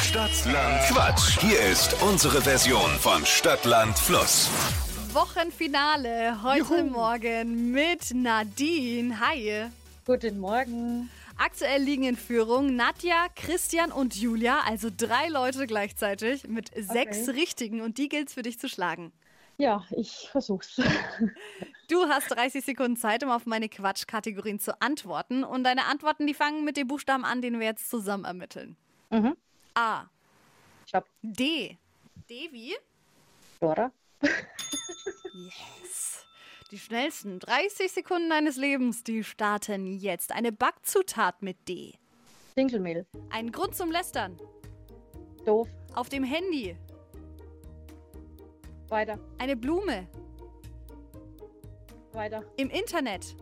Stadtland Quatsch. Hier ist unsere Version von Stadtland Fluss. Wochenfinale heute Morgen mit Nadine. Hi. Guten Morgen. Aktuell liegen in Führung Nadja, Christian und Julia, also drei Leute gleichzeitig mit sechs Richtigen und die gilt's für dich zu schlagen. Ja, ich versuch's. Du hast 30 Sekunden Zeit, um auf meine Quatschkategorien zu antworten und deine Antworten, die fangen mit dem Buchstaben an, den wir jetzt zusammen ermitteln. Mhm. A, Stopp. D. D wie? Dora. Yes. Die schnellsten 30 Sekunden deines Lebens, die starten jetzt. Eine Backzutat mit D. Dinkelmehl. Ein Grund zum Lästern. Doof. Auf dem Handy. Weiter. Eine Blume. Weiter. Im Internet.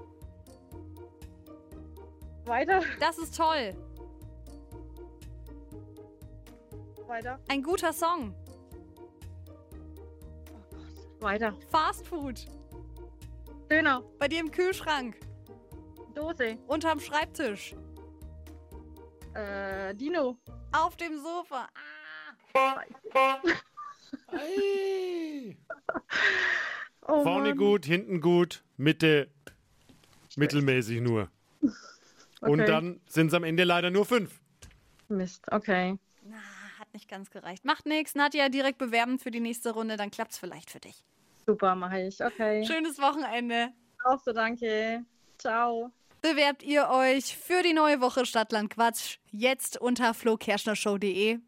Weiter. Das ist toll. Weiter. Ein guter Song. Weiter. Fast Food. Döner. Bei dir im Kühlschrank. Dose. Unterm Schreibtisch. Äh, Dino. Auf dem Sofa. Oh Vorne Mann. gut, hinten gut, Mitte mittelmäßig nur. Und Okay. dann sind es am Ende leider nur fünf. Mist. Okay. Ah, Hat nicht ganz gereicht. Macht nichts. Nadja, direkt bewerben für die nächste Runde. Dann klappt's vielleicht für dich. Super, mache ich. Okay. Schönes Wochenende. Auch so, danke. Ciao. Bewerbt ihr euch für die neue Woche Stadtland Quatsch jetzt unter flokerschnershow.de.